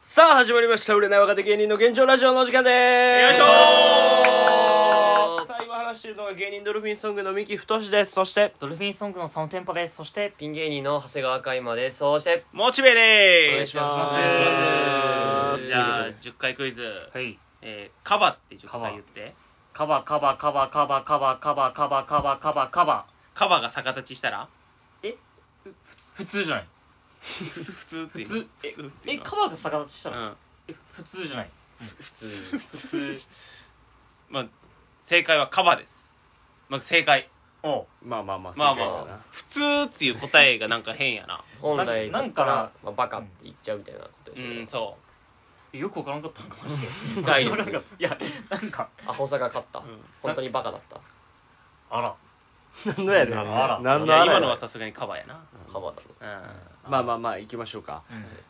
さあ始まりました売れない若手芸人の現状ラジオのお時間でーすさあ今話しているのが芸人ドルフィンソングの三木太志ですそしてドルフィンソングのそのテンポですそしてピン芸人の長谷川海馬です。そして、モチベでーすお願いしますお願いしますじゃあ10回クイズ、はいえー、カバって10回言ってカバカバカバカバカバカバカバカバカバカバカバが逆立ちしたら普通じゃない普通普通って普いう通え普通っていえうのカバが逆立ちしたうら、んえ普通じゃない普通。普通まあ正解はカバですまあ正解おうまあまあまあまあまああ普通っていう答えがなんか変やな本来だなっんた、からまあ、バカって言っちゃうみたいなことでうすよねん。そえよくわからんかったんかもしれないわからんかったいやなんかアホさが勝ったん。本当にバカだった。あら何のやねんあら何ういのあやれ今のはさすがにカバやな幅だろ。うまあまあまあ行きましょうか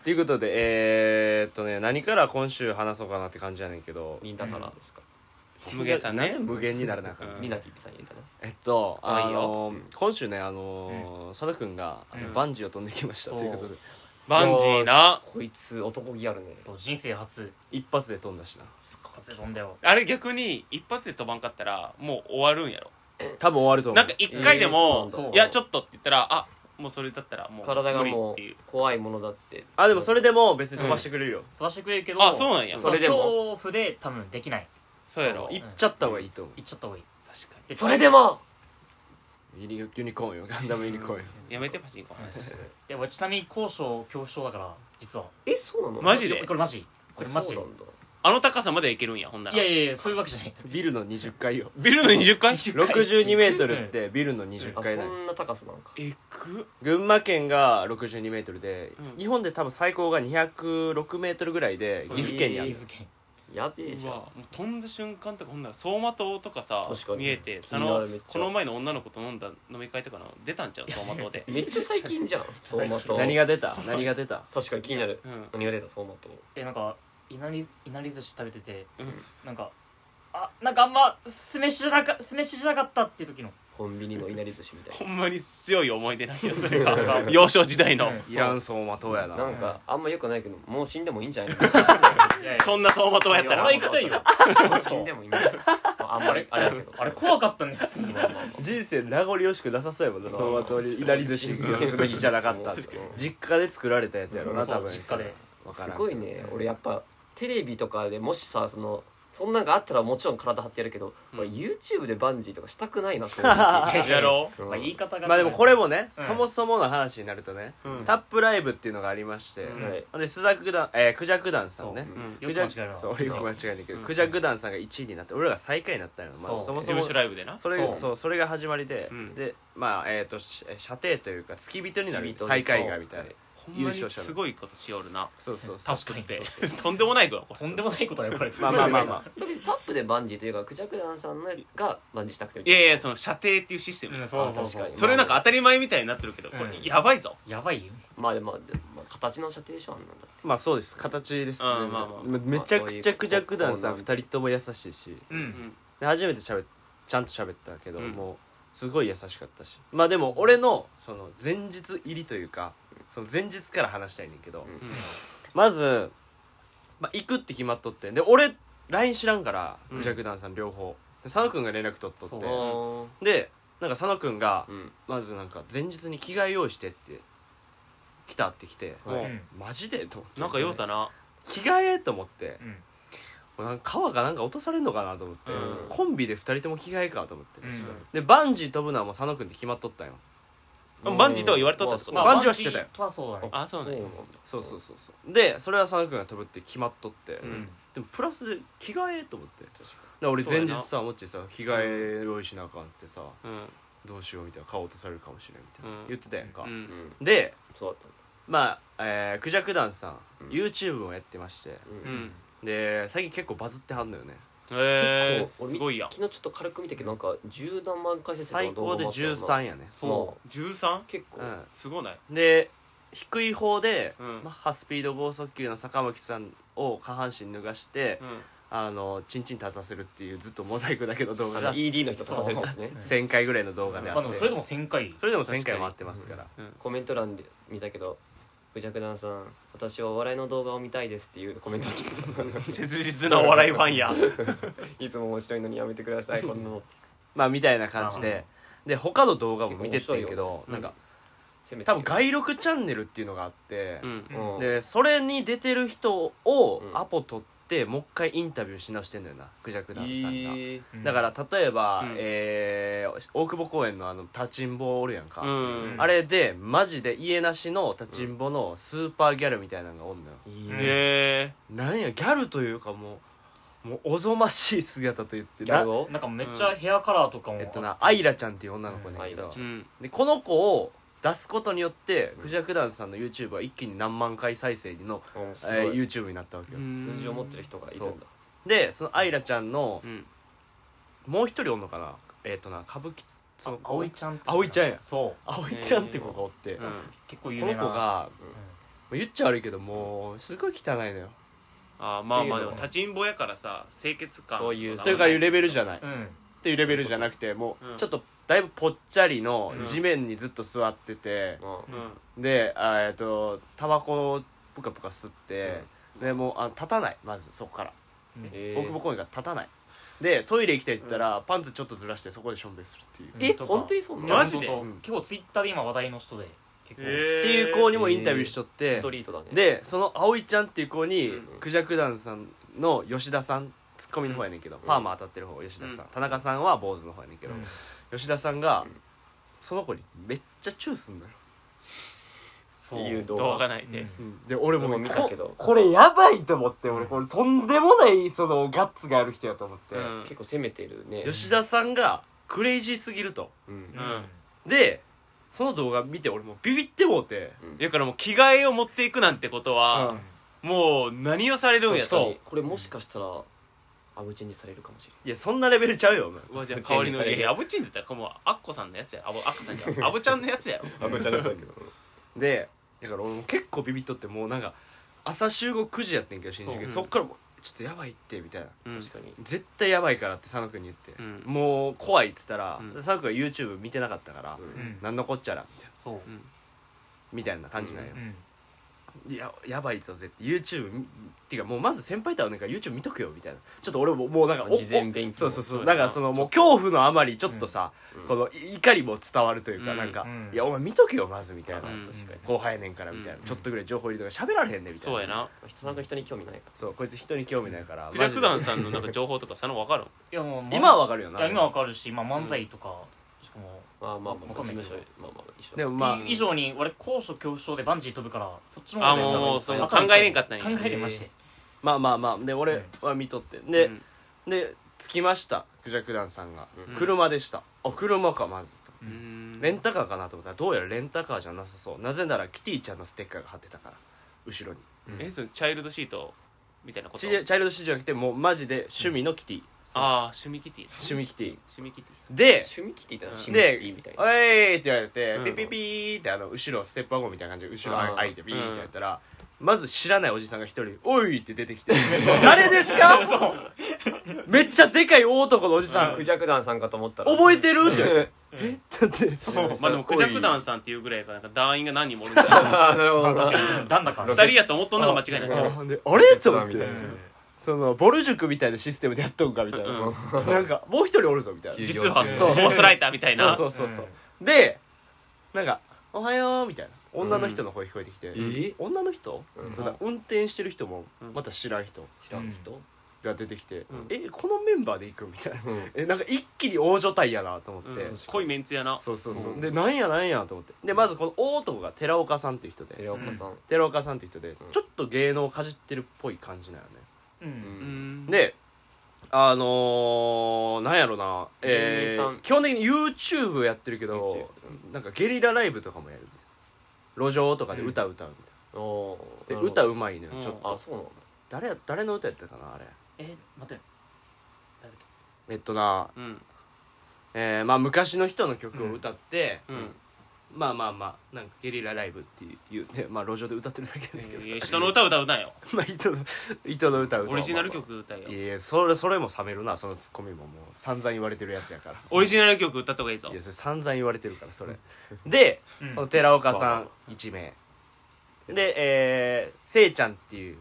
ということでえー、っとね何から今週話そうかなって感じやねんけどみんなからですか。ん無限さんね無限にならなあかったうんみんなきっぴさん言うたな。えっと可あ愛いの今週ねあのー佐野くんがあのうんバンジーを飛んできましたそうということでバンジーなこいつ男気あるね。そう人生初一発で飛んだしな初飛んだよあれ逆に一発で飛ばんかったらもう終わるんやろ多分終わると思なうんか一回でもえーそうなんだいやちょっとって言ったらあもうそれだったらもう体が無理っもていうう怖いものだって。あでもそれでも別に飛ばしてくれるよ飛ばしてくれるけどあそうなんやそそれれででも恐怖で多分できないそうやろ行っちゃった方がいいと思う行っちゃった方がいい確かでそれでもユニユニコーンよガンダムユニコーンよにやめてパチンコの話で俺ちなみに高所恐怖症だから実はえ、そうなのマジでこれマジこれマジそうなんだ。あの高さまで行けるんやほんならいやいやいやそういうわけじゃないビルの20階よビルの20階62メートルってビルの20あ、階なそのんな高さなんか。えく群馬県が62メートルで、うん日本で多分最高が206メートルぐらいで岐阜県にあ岐る阜県やべえうじゃわん。もう飛んだ瞬間とかほんなら走馬灯とかさ確かに見えて気そになのるめっちゃこの前の女の子と飲んだ飲み会とかの出たんちゃう走馬灯でめっちゃ最 近じゃん、相馬と。何が出た何が出た確かに気になるう。ん何が出た、相馬と。えなんかいなりいなり寿司食べててうんなんかあなんかあんま酢飯じゃなか酢飯じゃなかったっていう時のコンビニのいなり寿司みたいなほ。んまに強い思い出なんやそれが幼少時代のうんいらん走馬灯やななんかあんま良くないけどもう死んでもいいんじ ゃないのいやいやそんな走馬灯やったいやら俺行きたいよもう死んでもいいんじゃ ないのあんまりあれだけどあれ怖かったね普通にまあまあまあ人生名残惜しくなさそうやもんな走馬灯にいなり寿司がすべきじゃなかったって確かに実家で作られたやつやろなそ多う分実家でわからんすごいね俺やっぱテレビとかでもしさそのそんなんがあったらもちろん体張ってやるけど、うん俺 YouTube でバンジーとかしたくないなと思っ てやろうんまあ言い方がまあでもこれももね、うんそもそもの話になるとね、うんタップライブっていうのがありまして、んはいで須田九段、えー、クジャ九段さんねそううよんく間違えるわそう俺よく間違えないけど、うんクジャ九段さんが1位になって俺らが最下位になったのよ、まあ、そう事そもそも務所ライブでなそれそそううそれが始まりで、うんでまあえっ、とし射程というか付き人になる付き人に最下位がみたいな、はいほんまにすごいことしよるな そうそうそう確かにってそうとんでもないこととんでもないことだよこれまあまあまあまあ別にタップでバンジーというかクジャクダンさんのがバンジーしたくていやいやその射程っていうシステムうんそうそうあそう確かにそれなんか当たり前みたいになってるけどこうれんやばいぞやばいよまあでもまあでもまあ形の射程書あんなんだってまあそうです形ですね、うんまあまあめめちゃくちゃクジャ九段さまんあそういう2人とも優しいしううんで初めてしゃべちゃんと喋ったけど、うんもうすごい優しかったしまあでも俺のその前日入りというかその前日から話したいねんけど、うんまず、まあ、行くって決まっとってで俺 LINE 知らんからうんクジャクダンさん両方で佐野くんが連絡取っとっそてうあでなんか佐野くんがーうんまずなんか前日に着替え用意してって来たって来て、はいもうマジでと思ってなんか酔うたな着替えと思ってうんもうなんか川がなんか落とされんのかなと思って、うんコンビで2人とも着替えかと思って、うんでバンジー飛ぶのはもう佐野くんって決まっとったんようんバンジーとは言われとったってことままああバンジーは知ってたよバンジーとはそうだねあそうねなんだそうそうそうそうでそれは佐野くんが飛ぶって決まっとって、うんでもプラスで着替えと思ってだから俺前日さもっちさ着替え用意しなあかんっつってさ、うんどうしようみたいな顔落とされるかもしれんみたいな、うん言ってたやんか、ううんんでそうだっまあ、えー、クジャクダンさん、うん YouTube もやってましてたううんんで最近結構バズってはんのよねえ結構ー俺すごいやん昨日ちょっと軽く見たけどなんか十何万回再生最とかの動高画でもあったよな13やねそ 13? 結構、うんすごないで低い方で、うんマッハスピード剛速球の坂巻さんを下半身脱がして、うんあのチンチン立たせるっていうずっとモザイクだけの動あ画のが ED の人と話せるんですね1000回ぐらいの動画うでまああでってもそそれでも1000回れでも1000回回ってますから、コメント欄で見たけどクジャクダンさん私はお笑いの動画を見たいですっていうコメントが来て切実なお笑いファンやいつも面白いのにやめてくださいこんなのまあみたいな感じでで他の動画も見てってんけど結構面白いよなんかせめて多分外録チャンネルっていうのがあってう、んうんでそれに出てる人をうんアポ取って、もう一回インタビューし直してんだよなクジャクダンさんが、いいだから例えば、うんえー大久保公園のあの立ちんぼおるやんか、うんあれでマジで家なしの立ちんぼのスーパーギャルみたいなのがおんのよ、いいねへえなんやギャルというかもうもうおぞましい姿と言ってギャルなをなんかめっちゃヘアカラーとかもえっとなあアイラちゃんっていう女の子ねうんけんアイどラちう、んでこの子を出すことによってクジャクダンさんの YouTube は一気に何万回再生の、うんすえーごい YouTube になったわけよ、数字を持ってる人がいるんだでそのアイラちゃんのうんもう一人おんのかなえっ、とな歌舞伎その葵ちゃんって葵ちゃんやそう葵ちゃんって子がおって、うん結構有こ名のな子が、言っちゃ悪いけどもうすごい汚いのよあーまあまあでっていうのも立ちんぼやからさ清潔感そういうというかいうレベルじゃないっうんていうレベルじゃなくてもううんちょっとだいぶぽっちゃりのうん地面にずっと座っててうんうんであーえっとタバコをプカプカ吸ってでもうあ立たないまずそこからえ大久保公園が立たないでトイレ行きたいって言ったらパンツちょっとずらしてそこでしょんべんするっていうっえ本当にそうなのマジで本当うん結構ツイッターで今話題の人で結構へーていう子にもインタビューしとって、ストリートだねでその葵ちゃんっていう子に、うんクジャクダンさんの吉田さんツッコミの方やねんけど、パーマ当たってる方吉田さん、うん田中さんは坊主の方やねんけど、うん吉田さんが、その子にめっちゃチューすんだよ、そっていう動動画画ないでで俺も俺も見たけどここれやばいと思って俺これとんでもないそのガッツがある人やと思って、うん結構攻めてるね吉田さんがクレイジーすぎるとうんうんでその動画見て俺もうビビってもうて、だからもう着替えを持っていくなんてことうはんもう何をされるんや確かとにこれもしかしたらアブチェンジされるかもしれないいやそんなレベルちゃうよお前うわじゃあ代わりの口にされるいやアブチンだったらもうアッコさんのやつやアブアッコさんじゃんアブちゃんのやつやろアブチェンジされるでだから俺も結構ビビっとってもうなんか朝集合9時やってんけど新宿そうでうんそっからもうちょっとやばいってみたいなうん確かに絶対やばいからって佐野君に言って、うんもう怖いっつったら、うん佐野君は YouTube 見てなかったから、うんうんなんのこっちゃらみたいなそううんみたいな感じなんよう、んいややばいっつって YouTube みっていうかもうまず先輩と会うねんから YouTube 見とくよみたいなちょっと俺ももうなんかお事前勉強そうそうそうそうなやんなかそのもう恐怖のあまりちょっとさ、うんこのい怒りも伝わるというか、うんなんか、うんいやお前見とけよまずみたいな、うん確かに後輩やねんからみたいな、うんちょっとぐらい情報入れとか喋られへんねんみたいそなうやな人なんか人に興味ないかそうこいつ人に興味ないからクジャクダンマジさんのなんか情報とか佐野分かるんいやもうで今はわかるよいなや今わかるし今漫才とかしかもらまあまあまあわ事かんない務けど所まあまあ一緒でもままあ、あ以上に俺高所恐怖症でバンジー飛ぶからそっちのあ方ーでなもうんもかうそあうと考はえれんかったんや考えれましてまあまあまあで俺は見とってで、うんで着きましたクジャクダンさんが、うん車でしたあ車かまずとうんレンタカーかなと思ったらどうやらレンタカーじゃなさそうなぜならキティちゃんのステッカーが貼ってたから後ろにえそのチャイルドシートみたいなことチチャイルドシーじゃなくてもうマジで趣味のキティ、ああ趣味キティ趣味キティ趣味キテ ィで趣味キティだな趣味でキティみたい「お!」ないって言われて、うんピピピーってあの後ろステッパー号みたいな感じで後ろあー開いてビーってやったら、まず知らないおじさんが一人「おい!」って出て きて「誰ですか?」めっちゃでかい大男のおじさんクジャクダンさんかと思ったら覚えてるって言われてえだってそうまあでもクジャクダンさんっていうぐらいやからなんか団員が何人もおるみたいなああなるほどななんだか二人やと思っとんのが間違いないんちゃうであれと思っみたていなそのボル塾みたいなシステムでやっとんかみたいななんかもう一人おるぞみたいな実はうんそうホースライターみたいなそうそうそうそうでなんか「おはよう」みたいな女の人の声聞こえてきてえ女の人うんただ運転してる人もうんまた知らん人知らん人が出てきてん「えこのメンバーで行く?」みたいなうん えなんか一気に大所帯やなと思っうんて濃いメンツやなそうそうそううんでなんやなんやと思ってでまずこの大男が寺岡さんっていう人で寺岡さん寺岡さんって人でちょっと芸能をかじってるっぽい感じなよねうんうんうんであのー、なんやろな、芸え人さんー、基本的に YouTube やってるけどなんかゲリラライブとかもやるみたいな路上とかで歌歌うみおーたいなるほな、で歌どうまいのよ、うんちょっとあそうなんだ誰や誰の歌やったかなあれえ待って誰だっえっとな、うんえーまあ、昔の人の曲を歌って、うんまあまあまあなんかゲリラライブっていうね、まあ、路上で歌ってるだけだけど、いや人の歌歌うなよ まあ糸の糸の歌歌うわオリジナル曲歌えよいやいやそれそれも冷めるなそのツッコミももう散々言われてるやつやからオリジナル曲歌った方がいいぞいやそれ散々言われてるからそれで、うんこの寺岡さん1名で、えー、せいちゃんっていう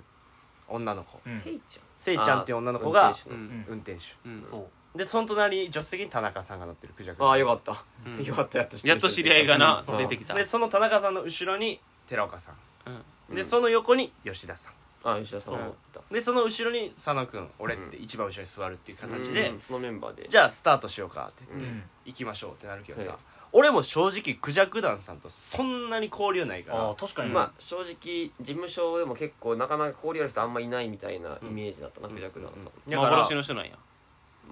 女の子せいちせいちゃんっていう女の子あがーううんん運転手うんそうでその隣に助手席に田中さんが乗ってるクジャクゃんああよかった、うん よかったやっとやっと知り合いがなそう出てきたでその田中さんの後ろに寺岡さん、うんうんでその横に吉田さんあ吉田さんそうもいたでその後ろに佐野君俺って一番後ろに座るっていう形で、うんそのメンバーでじゃあスタートしようかって言って、うん行きましょうってなるけどさ、はい俺も正直クジャク団さんとそんなに交流ないかああら確かにまあ正直事務所でも結構なかなか交流ある人あんまいないみたいなイメージだったな、クジャクだと、だから幻の人なんや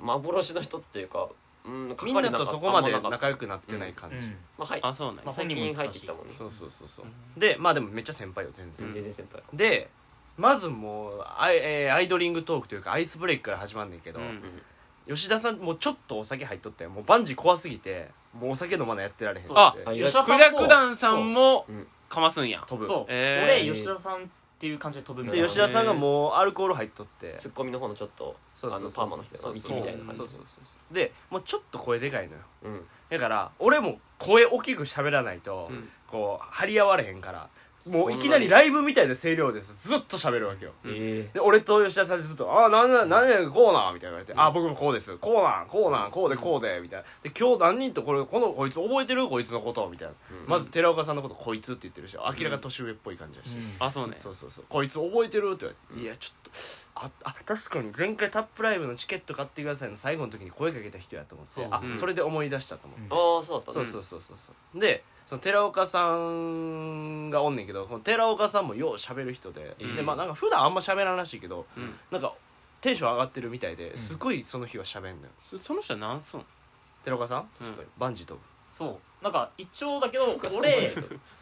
幻の人っていうかうんみんなとそこまであんなかった仲良くなってない感じ、うんまあはいあそうなんまやあ最近入ってきたもんねそうそうそうそう、でまあでもめっちゃ先輩よ全然、全然先輩でまずもうアイ,、えーアイドリングトークというかアイスブレイクから始まんねんけど、うん吉田さんもうちょっとお酒入っとったよもうバンジー怖すぎてもうお酒飲まないやってられへんってあはいクジ吉田さんもャク団さんもそううんかますんや飛ぶそう、えー俺吉田さんっていう感じで飛ぶみたいでな吉田さんがもうアルコール入っとってツッコミの方のちょっとそうそうあそうのパーマの人やなそうそう道みたいな感じそうそうそうそうでもうちょっと声でかいのようんだから俺も声大きく喋らないと、うんこう張り合われへんからもそんうないにきなりライブみたいな声量ですずっと喋るわけよえで俺と吉田さんでずっと「ああ何々何々こうな」みたいな言われて「ああ僕もこうですこうなんこうなんこうでこうで」みたいな「で今日何人とこれこのこいつ覚えてるこいつのこと」みたいな、うんまず寺岡さんのこと「こいつ」って言ってるし明らかに年上っぽい感じだし、うんあそうねそうそうそう「こいつ覚えてる?」って言われて「いやちょっとああ確かに前回タップライブのチケット買ってください」の最後の時に声かけた人やと思ってそうあ、うんそれで思い出したと思っうんて。ああそうだったそねうそうそうそうそうでその寺岡さんがおんねんけどこの寺岡さんもよう喋る人で、うんでまあなんか普段あんま喋らんらしいけどうんなんかテンション上がってるみたいですごいその日は喋んのよそその人は何すん寺岡さん確かにバンジー飛ぶそうなんか一応だけど俺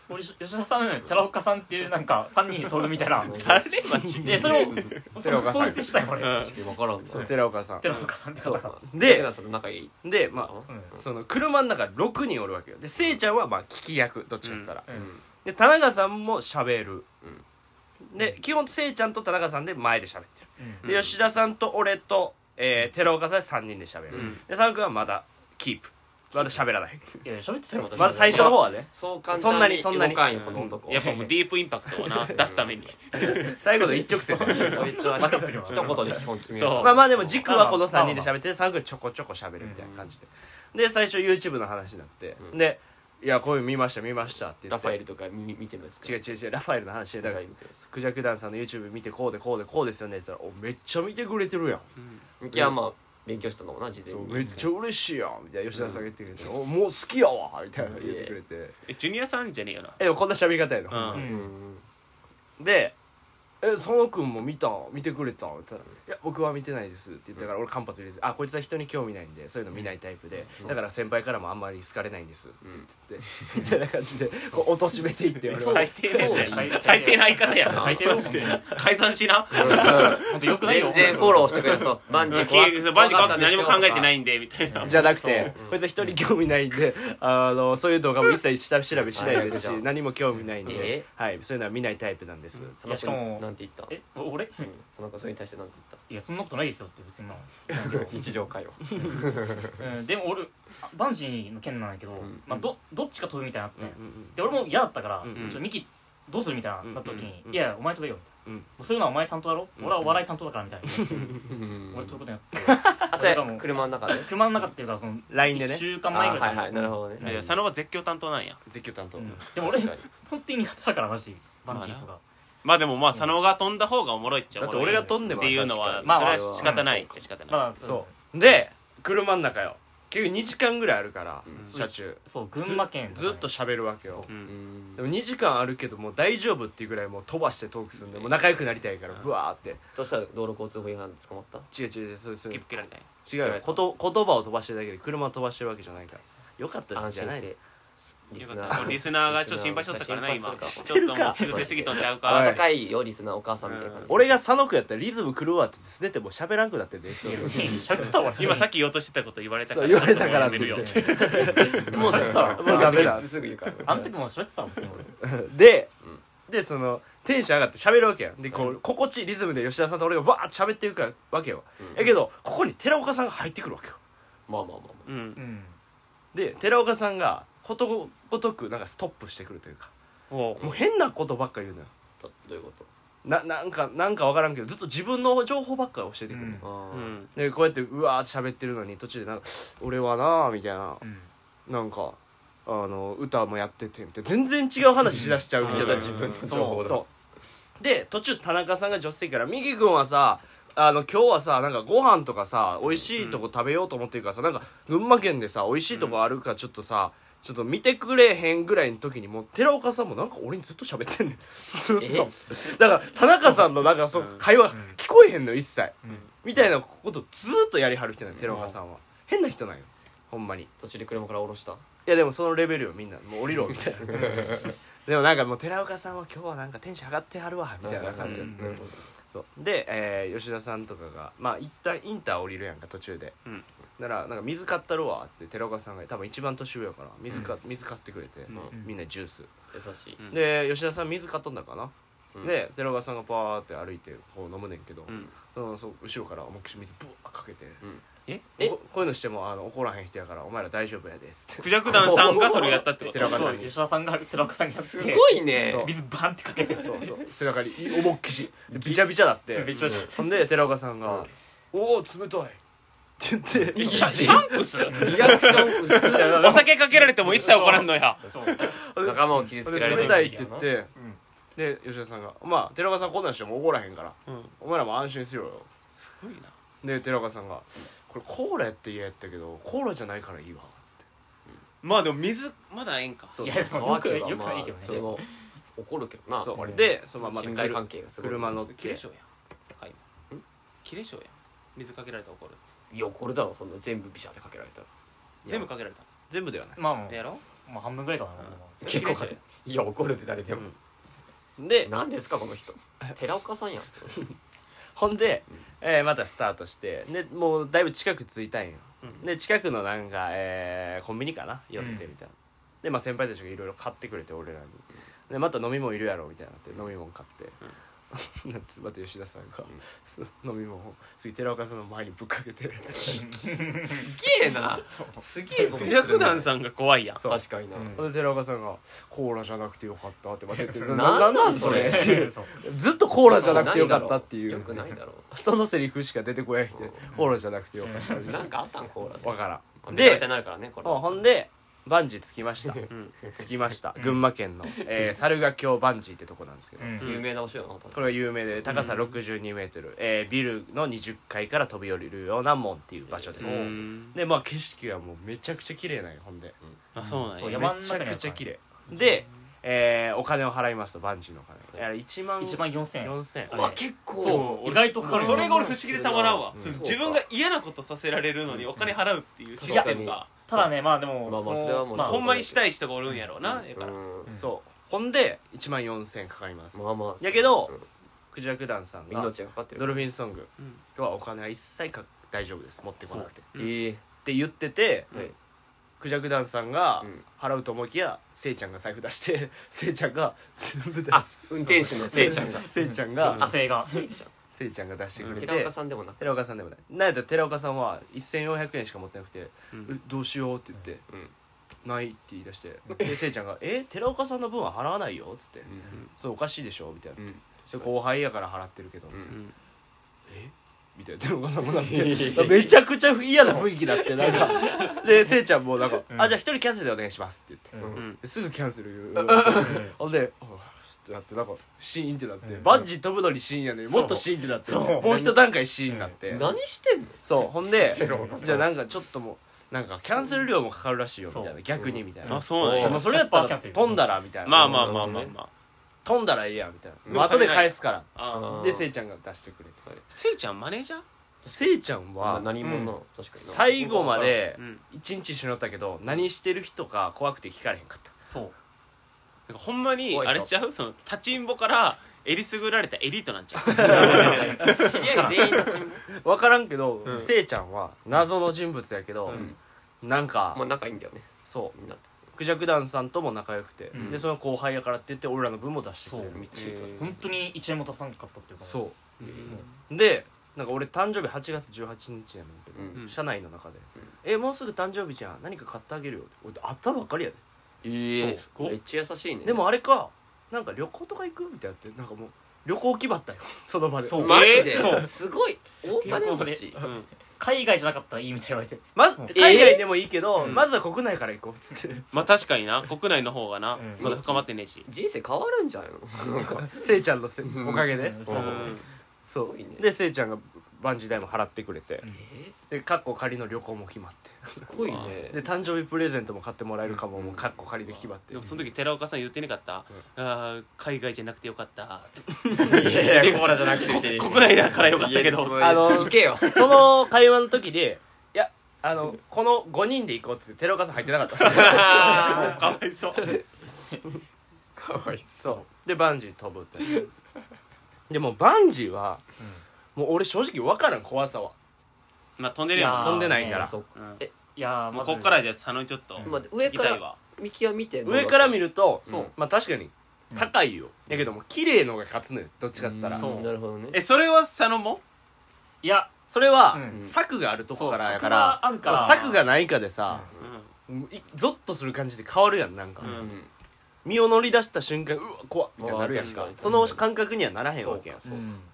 俺吉田さん寺岡さんっていうなんか3人で飛ぶみたいな誰マジでそれをそ寺れを岡さん統一したい俺、うん分からんなそう寺岡さん寺岡さんって方がで武田さんと仲いいでまうんあその車の中6人おるわけよでせいちゃんはまあ聞き役どっちかって言ったら、ううんんで田中さんも喋る、で基本せいちゃんと田中さんで前で喋ってうんる、でうん吉田さんと俺と、えー寺岡さんで3人で喋る、うんで佐野君はまだキープまだ喋らないいや喋ってたよまだ最初の方はねそう簡そんな単ににそんなに動かんよこの男やっぱもうディープインパクトをな出すために最後の一直線こいつは分かってるわ一言で基本決めるそうまあまあでも軸はこの3人で喋って3人ちょこちょこ喋るみたいな感じでで最初 YouTube の話になってうんで「いやこういうの見ました見ました」って言ラっファエてルとか見見てますか違う違う違うラファエルの話でだから見てますクジャクダンさんの YouTube 見てこうでこうでこうですよねって言ったら「おめっちゃ見てくれてるやん」ミキはまあ勉強したのもな事前そうにめっちゃ嬉しいやんみたいな吉田さんが言ってくれて「おもう好きやわ」みたいな言ってくれてえジュニアさんじゃねえよなえでもこんな喋り方やの、ううんんうんで「え佐野君も見た見てくれた?」って言ったら「いや僕は見てないです」って言ったから俺間髪入れず「あこいつは人に興味ないんでそういうの見ないタイプでだから先輩からもあんまり好かれないんです」って言って、みたいな感じでこう貶としめていって俺は最低なやつそうや最低な相方やな最低だよ解散しな本当よくないよ全然フォローしてくれそうバンジバンージー怖怖くて何も考えてないいんでみたいなじゃなくて、こいつは人に興味ないんであのそういう動画も一切下調べしないですしはい何も興味ないんで、えはい、そういうのは見ないタイプなんです、そのしかも子なんて言ったえ俺うんその子それに対してなんていやそんなことないですよって別にな言った日常会話うんでも俺あバンジーの件なんだけど、んまあ、どどっちか飛ぶみたいになって、うんうんで俺も嫌だったから、うんうんちょミキどうするみたいななった時に、うんいやいやお前飛べよみたいな、うんもうそういうのはお前担当だろ、俺はお笑い担当だからみたいな、俺飛ぶことになってあそれ俺がもう車の中で車の中っていうかその LINE で1ね週あ間前ぐーらはいいかはいなるほどいやね佐野は絶叫担当なんや絶叫担当、うんでも俺確かに本当に苦手だからマジバンジーとか、まあでもまあ佐野が飛んだ方がおもろいっちゃだおもってろい俺が飛んでっもていうのは確かにまあそれは仕方ないっちゃ仕方まなあそうで車の中よ結局2時間ぐらいあるから、ん車中そう群馬県とかねずっと喋るわけよそういうんうんでも2時間あるけどもう大丈夫っていうぐらいもう飛ばしてトークするんでもう仲良くなりたいからブワーってどうしたら道路交通法違反で捕まった違う違う違うそうそう切符切られない違うよこと言葉を飛ばしてるだけで車を飛ばしてるわけじゃないからよかったで安すじゃ心なしいてリよスかナったこーれリスナーがちょっと心配しとったからなリスナ今ーが心ち配するょかっともうすぐ出過ぎとんちゃうおいか高いよリスナーお母さんみたいな感じ俺が佐野区やったらリズム狂うわってすねてもう喋らんくなってんで エピソード別に喋ってたわ今さっき言おうとしてたこと言われたかそうら言われたからっちてょともう言やめっるよてもう喋ってたわもうダメだすぐ言うからあの時も喋ってたわ別に俺で、でそのテンション上がって喋るわけやんでこう、心地いいリズムで吉田さんと俺がバーって喋ってるからわけよ、やけどここに寺岡さんが入ってくるわけよまあまあまあまううんんで寺岡さんがことごとくなんかストップしてくるというかおうもう変なことばっか言うのよどどういうことななんかなんか分からんけどずっと自分の情報ばっか教えてくるのよ、あうーんでこうやってうわーって喋ってるのに途中でなんか「俺はなー」みたいなうんなんかあの歌もやっててみたいな全然違う話しだしちゃうみたまいなたうん自分の情報だそうで途中田中さんが助手席から「ミキ君はさあの今日はさなんかご飯とかさ美味しいとこ食べようと思ってるからさ、なんか群馬県でさ美味しいとこあるかちょっとさ、ちょっと見てくれへんぐらいの時にもう寺岡さんもなんか俺にずっと喋ってんねん ずっとだから田中さんのなんかそう会話聞こえへんのよ一切、みたいなことずっとやりはる人なの寺岡さんは変な人なんよほんまに途中で車から降ろしたいやでもそのレベルよみんな もう降りろみたいなでもなんかもう寺岡さんは今日はなんかテンション上がってはるわみたいな感じだったなるほそうで、えー吉田さんとかがまあ一旦インター降りるやんか途中で、うんならなんか水買ったるわっつって寺岡さんが多分一番年上やから水か、水買ってくれて、んみんなジュース、ど優しいうんで吉田さん水買っとんだかな、うんで寺岡さんがパーって歩いてこう飲むねんけど、うんうん、そう後ろから思いっきり水ブワーかけて、んえここういうのしてもあの怒らへん人やからお前ら大丈夫やでっ つってクジャク団さんがそれやったってこと寺岡さそんうに吉田さんが寺岡さんにやってすごいねそう水バンってかけてそうそう背中に重っきしでびちゃびちゃだってめちゃめちゃほんで寺岡さんが「おお冷たい」って言ってシャシャンクスリアクション薄いお酒かけられても一切怒らんのや仲間を傷つけられ冷たいって言ってうんで吉田さんが「まあ寺岡さんこんなんしても怒らへんからうんお前らも安心しろよすごいな」で寺岡さんが「これコーラやって嫌やったけどコーラじゃないからいいわ」つってまあでも水まだええんかそういやでもよくよくないいけどねでも怒るけどなそう俺でそのまま信また頼車関係がすごい車乗っ切てれ性や高いもん切れ性や水かけられたら怒るいや怒るだろそんな全部ビシャってかけられたら全部かけられた全部ではないまあもうやろまあ半分ぐらいかなうん結構かけいや怒るって誰でもで何ですかこの人寺岡さんやん ほんで、えーまたスタートしてでもうだいぶ近く着いたんよ、うんで近くのなんか、えーコンビニかな寄ってうんみたいな、で、まあ、先輩たちがいろいろ買ってくれて俺らにでまた飲み物いるやろみたいになって飲み物買って、 なんつまた吉田さんが、 飲み物を次寺岡さんの前にぶっかけてすげえなすげえことクすジャクるね団さんが怖いやんそう確かになうんほんで寺岡さんが「コーラじゃなくてよかった」ってまた言ってるなんなんそれなんなんそれってそうずっとコーラじゃなくてよかったっていようくないだろそのセリフしか出てこないってコーラじゃなくてよかったなんかあったんコーラわからんででになるからねこれあほんでバンジー着きましたん着きました群馬県の、えー、猿ヶ京バンジーってとこなんですけど、うん有名な場所よな確こかれが有名で高さ6 2メートル、えービルの20階から飛び降りるような門っていう場所です、うんでまあ景色はもうめちゃくちゃ綺麗なんよほんであそうなんそやうめ山のちゃ中にあるからくちゃ綺麗で、えーお金を払いますとバンジーのお金、えー、1万1万4000円4000にうわ結構そう意外とかかるそれが俺不思議でたまらんわ、うんそう自分が嫌なことさせられるのにお金払うっていうシステムがただねまあでもまあまあのそれはもうまあほんまにしたい人がおるんやろうな、ええから、うんそうほんで1万4000円かかります、まあまあやけどうんクジラクダンさんが命がかかってドるルフィンソングうん今日はお金は一切か大丈夫です持ってこなくてっうんええて言ってて、はいクジャクダンさんがうん払うと思いきやせいちゃんが財布出して せいちゃんが全部出あし運転手のせいちゃんがて せいちゃんそうが女性がせいちゃんせいちゃんが出してくれて寺岡さんでもなく寺岡さんでもないなんやったら寺岡さんは1400円しか持ってなくて「うんえどうしよう」って言って「うんない」って言い出してでせいちゃんが「え寺岡さんの分は払わないよ」っつって「それおかしいでしょ」みたいなうでん後輩やから払ってるけどみたいうなんみたいな寺岡さんもなって めちゃくちゃ嫌な雰囲気だってな んかでせいちゃんもなんか「うんあじゃあ一人キャンセルでお願いします」って言ってうんですぐキャンセル 言ううんほんでおいってなってなんかシーンってなってうんバンジー飛ぶのにシーンやねんそうもっとシーンってなってそうもう一段階シーンになって何してんのそうほんで岡さんじゃあなんかちょっともうなんかキャンセル料もかかるらしいよみたいそなう逆にみたいなあそうなんでやもそれやったらキャンセル飛んだらみたいなまあまあまあまあま飛んだらいいやんみたいなうんもう後で返すかああらうんでせいちゃんが出してくれてせいちゃんマネージャーせいちゃんまあは何者なの、う確かにな最後までうん一日一緒におったけど何してる人か怖くて聞かれへんかったそうなんかほんまに怖いあ人れちゃうその立ちんぼからえりすぐられたエリートなんちゃう知り合い全員立ちん分からんけどせいちゃんは謎の人物やけどんなんかまあ仲いいんだよねそうみんなとクジャク団さんとも仲良くて、うんでその後輩やからって言って俺らの分も出してくれるそうみっちりと、え 本当に1円も足さなかったっていうかそうえうでなんか俺誕生日8月18日やねんけど、うん社内の中で「えもうすぐ誕生日じゃん何か買ってあげるよ」って俺会ったばっかりやで、ええそうめっちゃ優しいねでもあれかなんか旅行とか行くみたいなってなんかもう旅行決まったよその場でそうマジで、えそうすごい大金持ちうん海外じゃなかったらいいみたい言われてまずえ海外でもいいけど、うんまずは国内から行こうっつってまあ確かにな国内の方がなうんまだ深まってねえし人生変わるんじゃないのなん かせいちゃんのせんおかげで、うんうそんそすごいねうでせいちゃんがバンジー代も払ってくれてんえでかっこ仮の旅行も決まっすごいてねで誕生日プレゼントも買ってもらえるかも、もうかっこ仮で決まってでもその時寺岡さん言ってなかったあー海外じゃなくてよかったっていでもほらじゃなくて国内だからよかったけどあの行行けけよよ その会話の時でいやあのこの5人で行こうっつって寺岡さん入ってなかったっすかわいそうかわいそうでバンジー飛ぶってでもバンジーは、もう俺正直分からん怖さはまあ飛んでるよいやー飛んでないからそうかうんいやーまもうずこっからじゃ佐野にちょっとまあ上聞きかたいらわミキは見て上から見るるとそうまあ確かに高いよ、だけども綺麗のが勝つのよどっちかって言ったらそうなるほどねえそれは佐野もいやそれは、うん策があるとこからそうやか策らがあるから策がないかでさ、うんいゾッとする感じで変わるやんなんか、うんうん身を乗り出した瞬間うわ怖っみたいになるやんうかわ確かそにの感覚にはならへんわけやんそう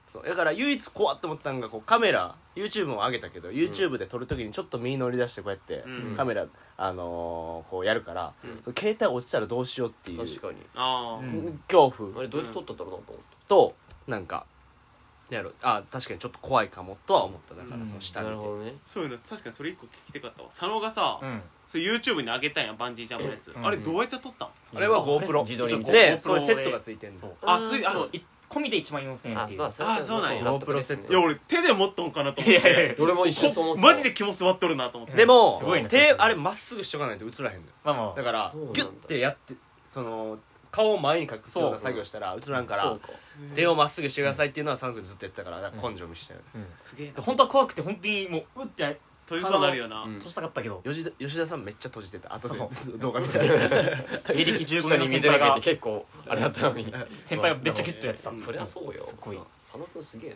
そうだから唯一怖って思ったのがこうカメラ YouTube も上げたけど YouTube で撮るときにちょっと身乗り出してこうやって、うんカメラ、あのーこうやるから、うんその携帯落ちたらどうしようっていう確かにあうあん恐あ怖れどうやって撮ったんだろうなと思ってとなんかなんやろあ確かにちょっと怖いかもとは思っただから、うんその下見なてるほどねそういうの確かにそれ一個聞きたかったわ佐野がさうんそれ YouTube に上げたんやバンジージャンプのやつうんあれどうやって撮ったんあれは自撮りみ GoPro たいなでそれセットがついてんそのうあついあそい込みで1万4000円っあていうまあれはあそうなんやま納得 GoPro ですねセッいや俺手で持っとんかなと思いっやいやいやて俺も一瞬そう思こったマジで肝座っとるなと思ってでもすごいね手それあれまっすぐしとかないと映らへんのよまあまあだからそうなんだギュッてやってその顔を前に隠すようなそう作業したら映らんからそうか手をまっすぐしてくださいっていうのは佐野君ずっとやってたからなんか根性見せたよね、すげえで本当は怖くて本当にもううって閉じそうになるよなうん閉じたかったけど吉田吉田さんめっちゃ閉じてた後でそ動画見たら芸歴15下年のに見先てな輩かっがて結構あれだったのに先輩がめっちゃキュッとやってたうんそりゃそうよすごい佐野君すげえな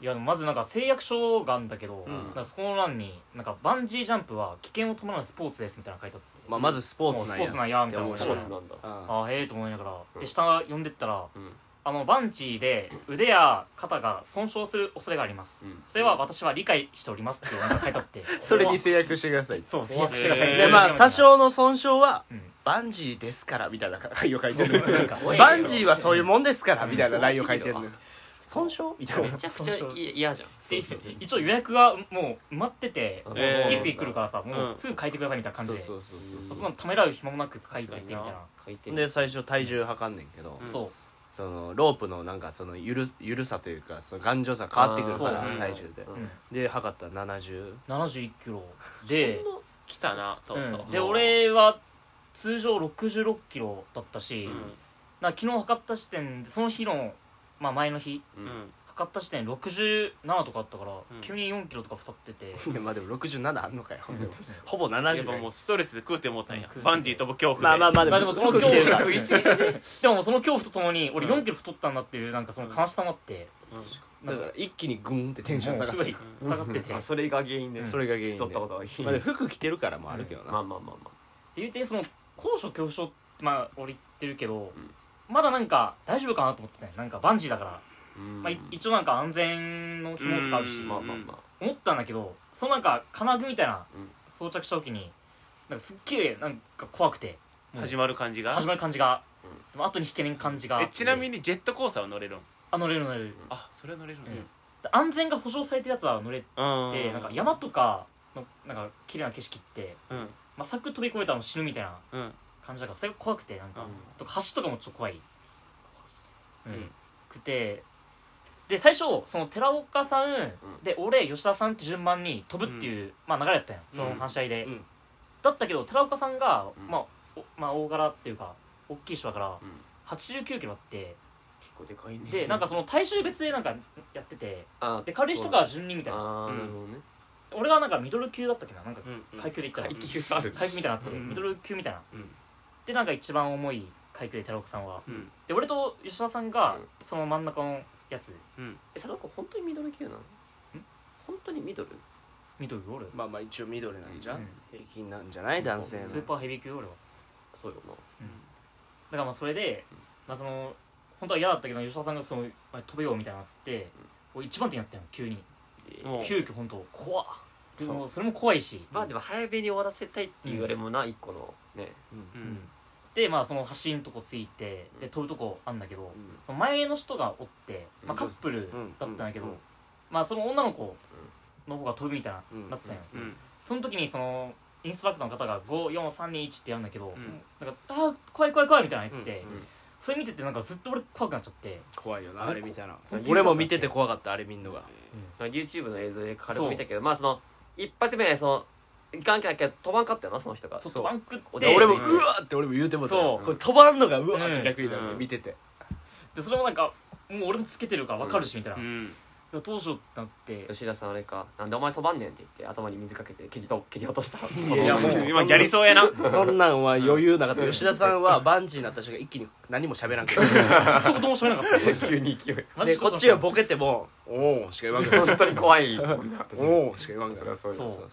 いやでもまずなんか誓約書があるんだけど、んなんかそこの欄になんかバンジージャンプは危険を伴うスポーツですみたいなの書いてあって、まあまずスポーツなんやもうスポーツなんやみたいなってス思ポいーながツなんだらうんああへえと思いながら、うんで下読んでったらうんあのバンジーで腕や肩が損傷する恐れがあります、うんそれは私は理解しておりますっていうなんか書いてあって それに制約してくださいそう制約書が書いてあってでまあ多、少の損傷はうんバンジーですからみたいな内容書いてなるんか怖いねバンジーはそういうもんですからみたいな内容書いてるのよ損傷みたいめなちゃくちゃい嫌じゃんで一応予約がもう埋まってて、えー次々来るからさもうんうすぐ書いてくださいみたいな感じで、そうそうそうそそんなのためらう暇もなく書いてってみたい確かにな、書いてうみで最初体重測んねんけどうんそうそのロープのなんかそのゆるゆるさというかその頑丈さ変わってくるからあーそう体重でうんで測ったら70 71キロ で来たなと思っうんたで俺は通常6 6キロだったし、うんなんか昨日測った時点でその日の、まあ、前の日ううんん測った時点で67とかあったから、うん急に4キロとか太って ていやまあでも67あんのかよほぼ70やっぱもうストレスで食うてもうたんやうんバンジー飛ぶ恐怖でまあまあままああでもその今恐怖が日食いすぎじゃねでもその恐怖とともに俺うん4キロ太ったんだっていうなんかその悲しさもあって、うんだなかんらか一気にグンってテンション下がっもうてすごい下がってて、っあてそれが原因でうんそれが原因で太ったことがまあ原で因服着てるからもあるけどまあなまあまあま言うてその高所恐怖症ってまあ俺言ってるけど、うんまだなんか大丈夫かなと思ってたんやなんかバンジーだから、あうんまあ、い一応なんか安全の紐とかあるし、うんまあまあまあ思ったんだけどそのなんか金具みたいなうん装着した時になんかすっげえなんか怖くて始まる感じが始まる感じが、うんでも後に引けねん感じがえちなみにジェットコースターは乗れるんあ乗れる乗れる、あそれは乗れるんやうんで安全が保証されてるやつは乗れて、うんなんか山とかのなんか綺麗な景色って、うんまあ、柵飛び越えたらもう死ぬみたいなうん感じだからそれが怖くてなんか、うんとか橋とかもちょっと怖い、うんうんくてで最初その寺岡さん、で俺吉田さんって順番に飛ぶっていう、まあ、流れだったんよその話し合いで、うんだったけど寺岡さんが、うんまあ、おまあ大柄っていうか大きい人だからうん8 9キロあって結構でかいねでなんかその体重別でなんかやっててあで軽い人が順人みたいなああうんなるほどね俺がなんかミドル級だったっけななんかうんうん階級でいったら階階級ある級みたいなのあってうんミドル級みたいなうんでなんか一番重い階級で寺岡さんはうんで俺と吉田さんがうんその真ん中のやつうんえ佐野君本当にミドル級なの本当にミドルミドル俺まあまあ一応緑なんじゃうんん平均なんじゃない男性のスーパーヘビー級俺はそうよなだからまあそれでまあその本当は嫌だったけど吉田さんがそのまあ飛べようみたいになって俺一番手になったよ急にもう急遽本当怖っでもそれも怖いしまあでも早めに終わらせたいっていうあれもな一個のねううんんでまあその走んとこついてで飛ぶとこあんだけどうんその前の人がおってまあうんカップルだったんだけどうんうんまあその女の子の方が飛ぶみたいなうんなってたんようんその時にそのインストラクターの方が54321ってやるんだけどんなんか「ああ怖い怖い怖い」みたいなの言っててうんうんそれ見ててなんかずっと俺怖くなっちゃって怖いよなあれあれ見たら本当に俺も見てて怖かったあれ見んのがまあ YouTube の映像で軽く見たけどまあその一発目そのいかんかんけど飛ばんかったよなその人がソフそトうバンクっでで俺もうんうわって俺も言うてもうたよそうこれ飛ばんのがうわって逆になっうてん見ててでそれもなんかもう俺もつけてるから分かるしみたいな、うでんも当初ってなって吉田さんあれかなんでお前飛ばんねんって言って頭に水かけて蹴りと蹴り落としたいいややももうう今やりそうやなそんなんは余裕なかった吉田さんはバンジーになった瞬間一気に何も喋らんく一言も喋れなか った急に勢いマジで一言こもっ喋ちれはなかボケても「おお」しか言わんくな本当に怖いもんな私おお」しか言わんくそなれはるそうよそうう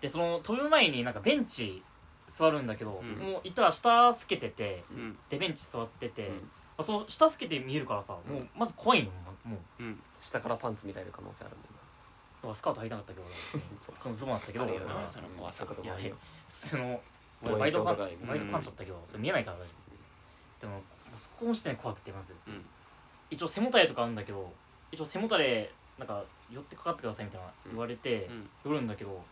でその飛ぶ前になんかベンチ座るんだけど、うんもう行ったら下透けててうんでベンチ座ってて、うんまあその下透けて見えるからさ、もうまず怖いのもうもううん下からパンツ見られる可能性あるもんなだからスカート履いたかったけど俺別にそうそのズボンだったけどあるよ俺はなその怖さそういうこといもやあいるやよその望遠俺バイトパン鏡バイトパンツだったけど、それ見えないから大丈夫でもそこもしてね怖くてまずうん一応背もたれとかあるんだけど一応背もたれなんか寄ってかかってくださいみたいな言われて、うん寄るんだけどこ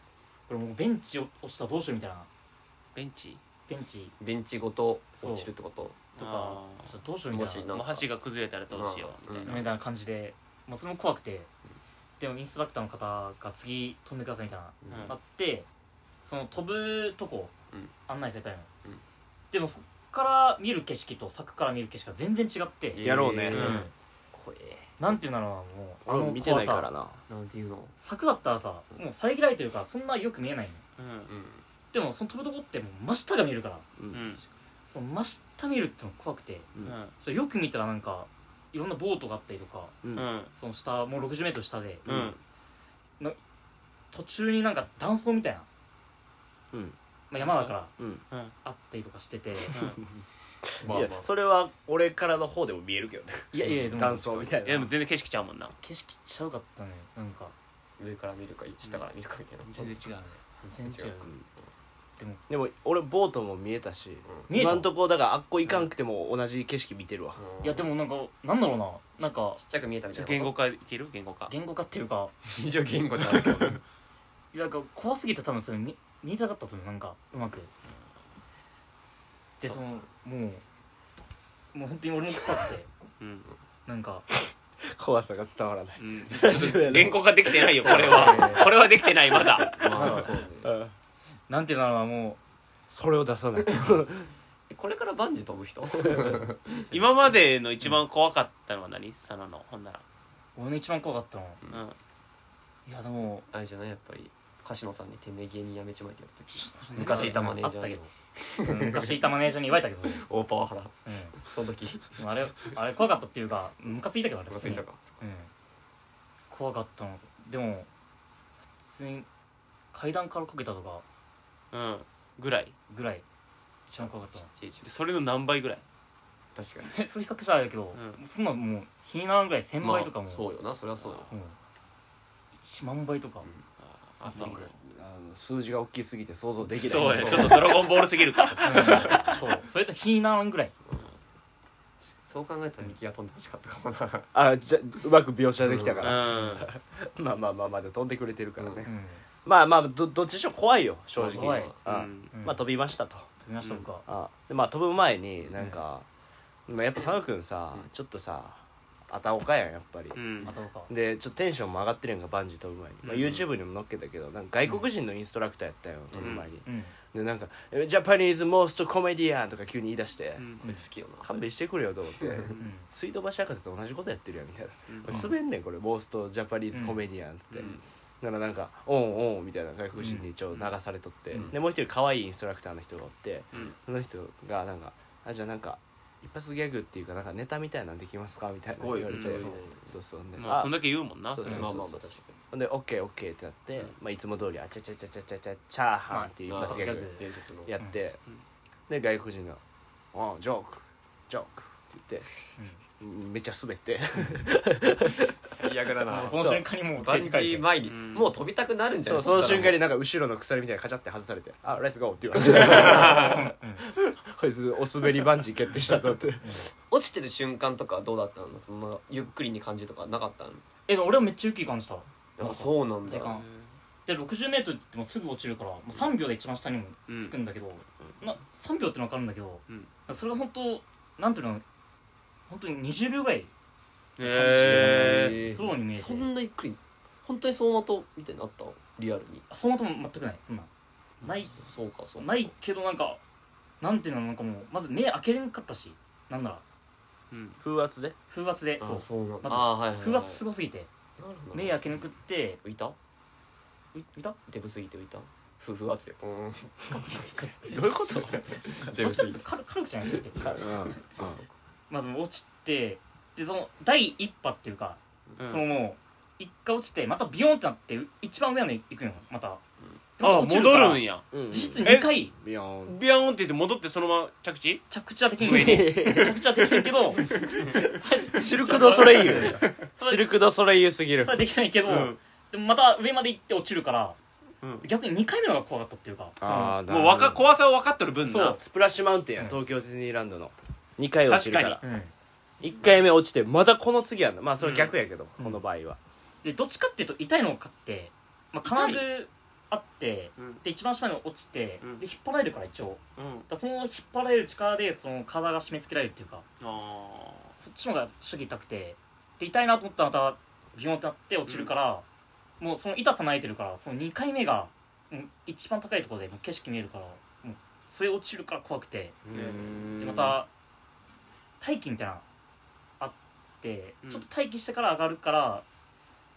れもうベンチ落ちたらどうしようみたいなベンチベンチベンチごと落ちるってこととかあー落ちたらどうしようみたいもしなもう箸が崩れたらどうしようみたいみなたいな感じで、まあ、それも怖くてでもインストラクターの方が次飛んでくださいみたいなうんなってその飛ぶとこうん案内されたいの、うんでもそっから見る景色と柵から見る景色が全然違って、やろうねえーうん怖えなんていうんだろうなもうあ俺のも見てないから怖さななんていうの柵だったらさもう遮られてるからそんなよく見えないのうんうんでもその飛ぶとこってもう真下が見えるからううんんその真下見るってのが怖くてうんそれよく見たらなんかいろんなボートがあったりとかうんううんんその下もう 60m 下でうん途中になんか断層みたいな、うんまあ、山だからうんあったりとかしてていやそれは俺からの方でも見えるけどねいやいやでも断層みたいいやでもな全然景色ちゃうもんな景色ちゃうかったねなんか上から見るか下から見るかみたいな全然違う全然違ううんでもでも俺ボートも見えたし見えた今んとこだからあっこ行かんくても同じ景色見てるわうんいやでもなんかなんだろうななんかちっちゃく見えたみたいな言語語化いける言語化言語化っていうか非常言語じゃないけどいやなんか怖すぎて多分それ見見えたかったと思うなんかうまくでそのもうもう本当に俺も怖くて うんなんか怖さが伝わらない うんうん言語化できてないよこれはこれはできてないまだまあそうねなんていうのかなもそれを出さないとえこれからバンジー飛ぶ人今までの一番怖かったのは何佐野のほんならう俺の一番怖かったのうんいやでもあれじゃないやっぱり樫野さんにてめえ芸人辞めちまえって言われた時昔いたマネージャーにあったけどうん昔いたマネージャーに言われたけ ど、大パワハラうんその時でもあれあれ怖かったっていうかムカついたけどあれムカついたかうん怖かったのでも普通に階段からかけたとかうんぐらいぐらい一番怖かったのちっちゃいでそれの何倍ぐらい確かにそれそれ比較したらあれだけど、うそんなもう日にならんぐらい1000倍とかも、まあそうよなそれはそうようん1万倍とか、あと数字が大きすぎて想像できないそうやちょっとドラゴンボールすぎるからそうそれと日にならんぐらいそう考えたらミキが飛んでほしかったかもな あじゃうまく描写できたから、うんまあまあまあまあでも飛んでくれてるからね、うんまあまあどどっちにしろ怖いよ正直怖いあうんうんまあ飛びましたと飛びましたとか、あでまあ飛ぶ前になんか、まあ、やっぱ佐野君さ、ちょっとさあたおかやんやっぱりう、んあとかでちょっとテンションも上がってるやんかバンジー飛ぶ前に、まあ、うん YouTube にも載っけたけどなんか外国人のインストラクターやったよ飛ぶ前に、うんでなんか「ジャパニーズ・モースト・コメディアン」とか急に言い出して、うん好きよな勘弁してくれよと思ってうん水道橋博士と同じことやってるやんみたいな、滑んねんこれモースト・ジャパニーズ・コメディアンっつって、うんならなんか「おんおん」みたいな外国人に一応流されとって、でもう一人可愛いインストラクターの人がおって、うんその人がなんか「あじゃあなんか一発ギャグっていうかなんかネタみたいなんできますか?」みたいなすごい言われちゃう、うんそうそうね、まああそんだけ言うもんなそうそれうそうはまあまあまあそう確かほんで「オッケーオッケー」ってなって、まあ、いつも通り「あちゃちゃちゃちゃちゃちゃチャーハン」っていう一まあ発ギャグうんに伝説のやって、うんで外国人が「あジョークジョークって言って、めっちゃ滑って最悪だも なうその瞬間にもうバン手ジに書いてー前にうんもう飛びたくなるんじゃそなういその瞬間にになんか後ろの鎖みたいなのカチャって外されて「あレッツゴー」って言われて こいつお滑りバンジー決定したと思って落ちてる瞬間とかどうだったのそんなゆっくりに感じとかなかったえでも俺はめっちゃ雪感じたのあそうなんだ体感で 60m って言ってもすぐ落ちるからもう3秒で一番下にもつくんだけど、な3秒っての分かるんだけど、うんそれは本当なんていうの本当に20秒ぐらいへえスローに見えてそんなゆっくり本当に走馬灯みたいになったリアルにその後も全くないそんなんないそうかそうかないけどなんかなんていうのなんかもうまず目開けれんかったしなんだろう風圧で風圧でそあうそうなんだまずあはいはいはい風圧すごすぎてなるほど目開けなくって浮いたう見たデブすぎて浮いた夫婦圧でうーんどういうことどっちかっていうと軽軽くじゃないですかまず落ちてでその第一波っていうかそのもう一回落ちてまたビヨンってなってう一番上まで行くのまた、でまたあ落ち戻からるんやうん実質2回ビヨーンビヤーンって言って戻ってそのまま着地着地はできん けど着地はできんけどシルク・ドゥソレイユ シルク・ドゥソレイユすぎるそれはできないけど、うんでもまた上まで行って落ちるから、うん逆に2回目のが怖かったっていうかそのもうわか怖さを分かっとる分そなうスプラッシュマウンテンやうん東京ディズニーランドの2回落ちるから確うん1回目落ちてまだこの次やんのまあそれは逆やけどこの場合はでどっちかっていうと痛いのを買って、まあ、金具あってうんで一番下まで落ちて、うんで引っ張られるから一応うんだからその引っ張られる力でその体が締め付けられるっていうかあそっちの方が主義痛くてで痛いなと思ったらまたビヨンってなって落ちるから、もうその痛さ慣れてるからその2回目がもう一番高いところでもう景色見えるからもうそれ落ちるから怖くてでまた待機みたいなのあって、うんちょっと待機してから上がるから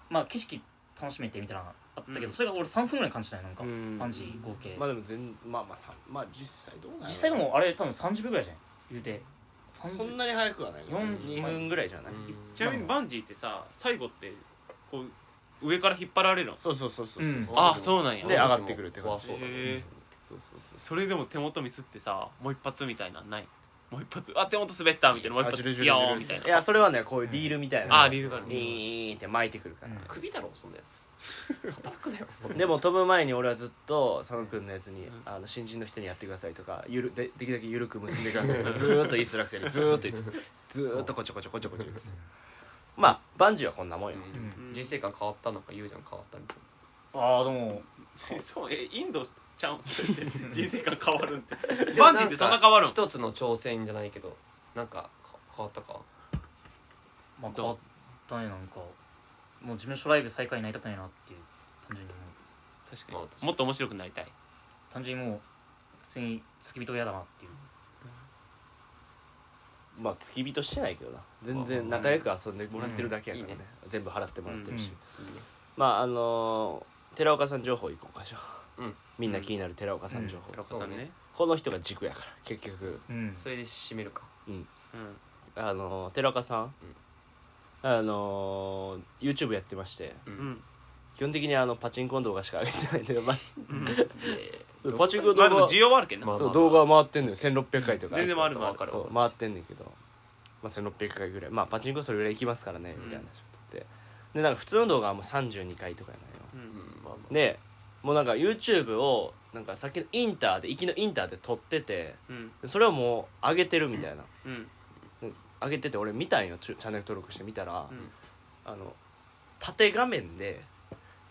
まあ景色楽しめてみたいなのあったけど、うんそれが俺3分ぐらい感じたよなんか、うんバンジー合計、まあでも全まあまあさまあ実際どうなの実際でもあれ多分30秒ぐらいじゃん言うて30そんなに早くはない42 42分ぐらいじゃないちなみにバンジーってさ最後ってこう上から引っ張られるのそうそうそうそううんそうあそうなんやで上がってくるって怖感じそうだへねえそうそうそうそれでも手元ミスってさもう一発みたいなのないもう一発あ手元滑ったみたいなもう一あジ発ュルジュルビヨーンみたいいやなそれはねこういうリールみたいなあリールがあるリーンって巻いてくるかうんら首だろそんなやつ 働くだよそんなやつでも飛ぶ前に俺はずっと佐野君のやつにあの新人の人にやってくださいとかゆるでできるだけ緩く結んでくださいとかずーっと言いづらくてずーっと言ってずーっとこちょこちょこちょこちょ言ってまあバンジーはこんなもんよううんん人生観変わったなんか言うじゃん変わったみたいああでも そうえインドちゃうんそれ って人生観変わるんってなバンジーってそんな変わるんでもなんか一つの挑戦じゃないけどなんかか変わったかまあどう変わったねなんかもう事務所ライブ再開になりたくないなっていう単純にもう確かにもっと面白くなりたい単純にもう普通に付き人嫌だなっていうまあ付き人してないけどな全然仲良く遊んでもらってるだけやからうんいねいね全部払ってもらってるしうんいいねまああのー寺岡さん情報いこうかしらうんみんな気になる寺岡さん情報寺岡さんねこの人が軸やから結局うんそれで締めるかうんうんあの寺岡さん、あの YouTube やってましてううん基本的にあのパチンコの動画しか上げてないんで、まずえーパチンコのまあで動画も、需要はあるけどまあなそう動画は回ってんのよ1600回とか全然回る回わるかるそう回ってんねんけど、まあ、1600回ぐらいまあパチンコそれぐらい行きますからねみたいな話を取ってでなんか普通の動画はもう32回とかやなようんまあまあでもうなんか YouTube をなんかさっきのインターで行きのインターで撮っててうんそれをもう上げてるみたいな、うん上げてて俺見たんよチュチャンネル登録してみたら、うんあの縦画面で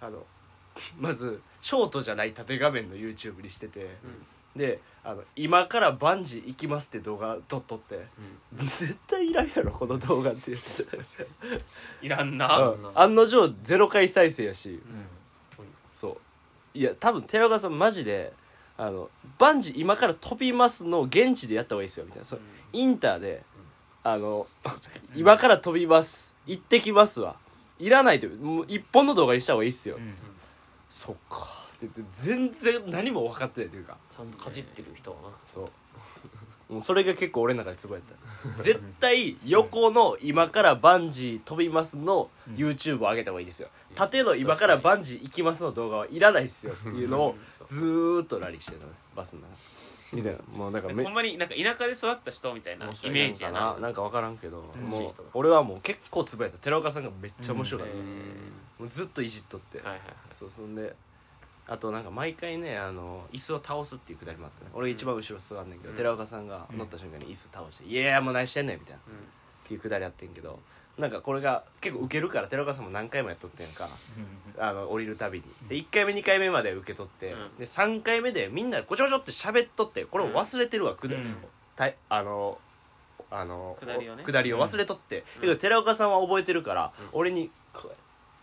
あの まずショートじゃない縦画面の YouTube にしてて、であの「今からバンジー行きます」って動画撮っとって絶対いらんやろこの動画っていらんうな、ん案の定ゼロ回再生やし、ごいそういや多分寺岡さんマジであのバンジー今から飛びますのを現地でやった方がいいですよみたいなそうインターで、あの今から飛びます行ってきますわいらないともう一本の動画にした方がいいっすよ、うんそっかって言って全然何も分かってないというかちゃんとかじってる人はなそうもうそれが結構俺の中でツボやった絶対横の「今からバンジー飛びます」の YouTube を上げた方がいいですよ縦の「今からバンジー行きます」の動画はいらないっすよっていうのをずーっとラリーしてたねバスの中みたいなもうだからほんまになんか田舎で育った人みたいな面イ白いメージやなななんか分からんけど、うんもいうい人だ俺はもう結構つぶやいた寺岡さんがめっちゃ面白かった、うんもうずっといじっとって、はいはいそうそんであとなんか毎回ねあの椅子を倒すっていうくだりもあったね俺一番後ろ座んねんけど、うん寺岡さんが乗った瞬間に椅子倒して「いやーもう何してんねん」みたいな、んっていうくだりあってんけどなんかこれが結構ウケるから寺岡さんも何回もやっとってんやんかあの降りるたびにで1回目2回目まで受け取って、うんで3回目でみんなごちょごちょって喋っとってこれを忘れてるわくだりを、うんたいあのあのくだりをねくだりを忘れとって、うんけど寺岡さんは覚えてるから、俺にこう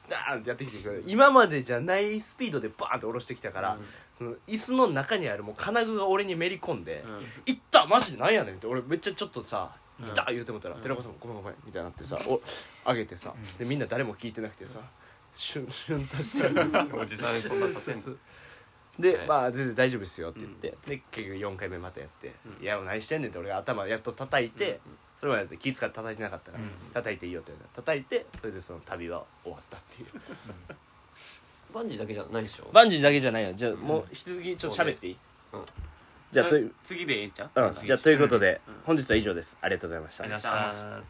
ダーンってやってきてくれる今までじゃないスピードでバーンって下ろしてきたから、その椅子の中にあるもう金具が俺にめり込んでうん「い、ったマジでなんやねん」って俺めっちゃちょっとさ「うんいった!」言うてもたら、ん寺岡さんも「ごめんごめん」みたいになってさおあげてさでみんな誰も聞いてなくてさシュンシュンと したんですよおじさんにそんなさせんので、はいまあ全然大丈夫ですよって言って、で結局4回目またやって「うんいやもう何してんねん」って俺が頭やっと叩いて、それまで気使って叩いてなかったから、うん叩いていいよって言われた叩いてそれでその旅は終わったっていう バンジーだけじゃないでしょバンジーだけじゃないよじゃあもう引き続きちょっと喋っていい、そうねうんじゃあという次でええんちゃうん、じゃあということで、うん本日は以上ですありがとうございましたありがとうございましたあー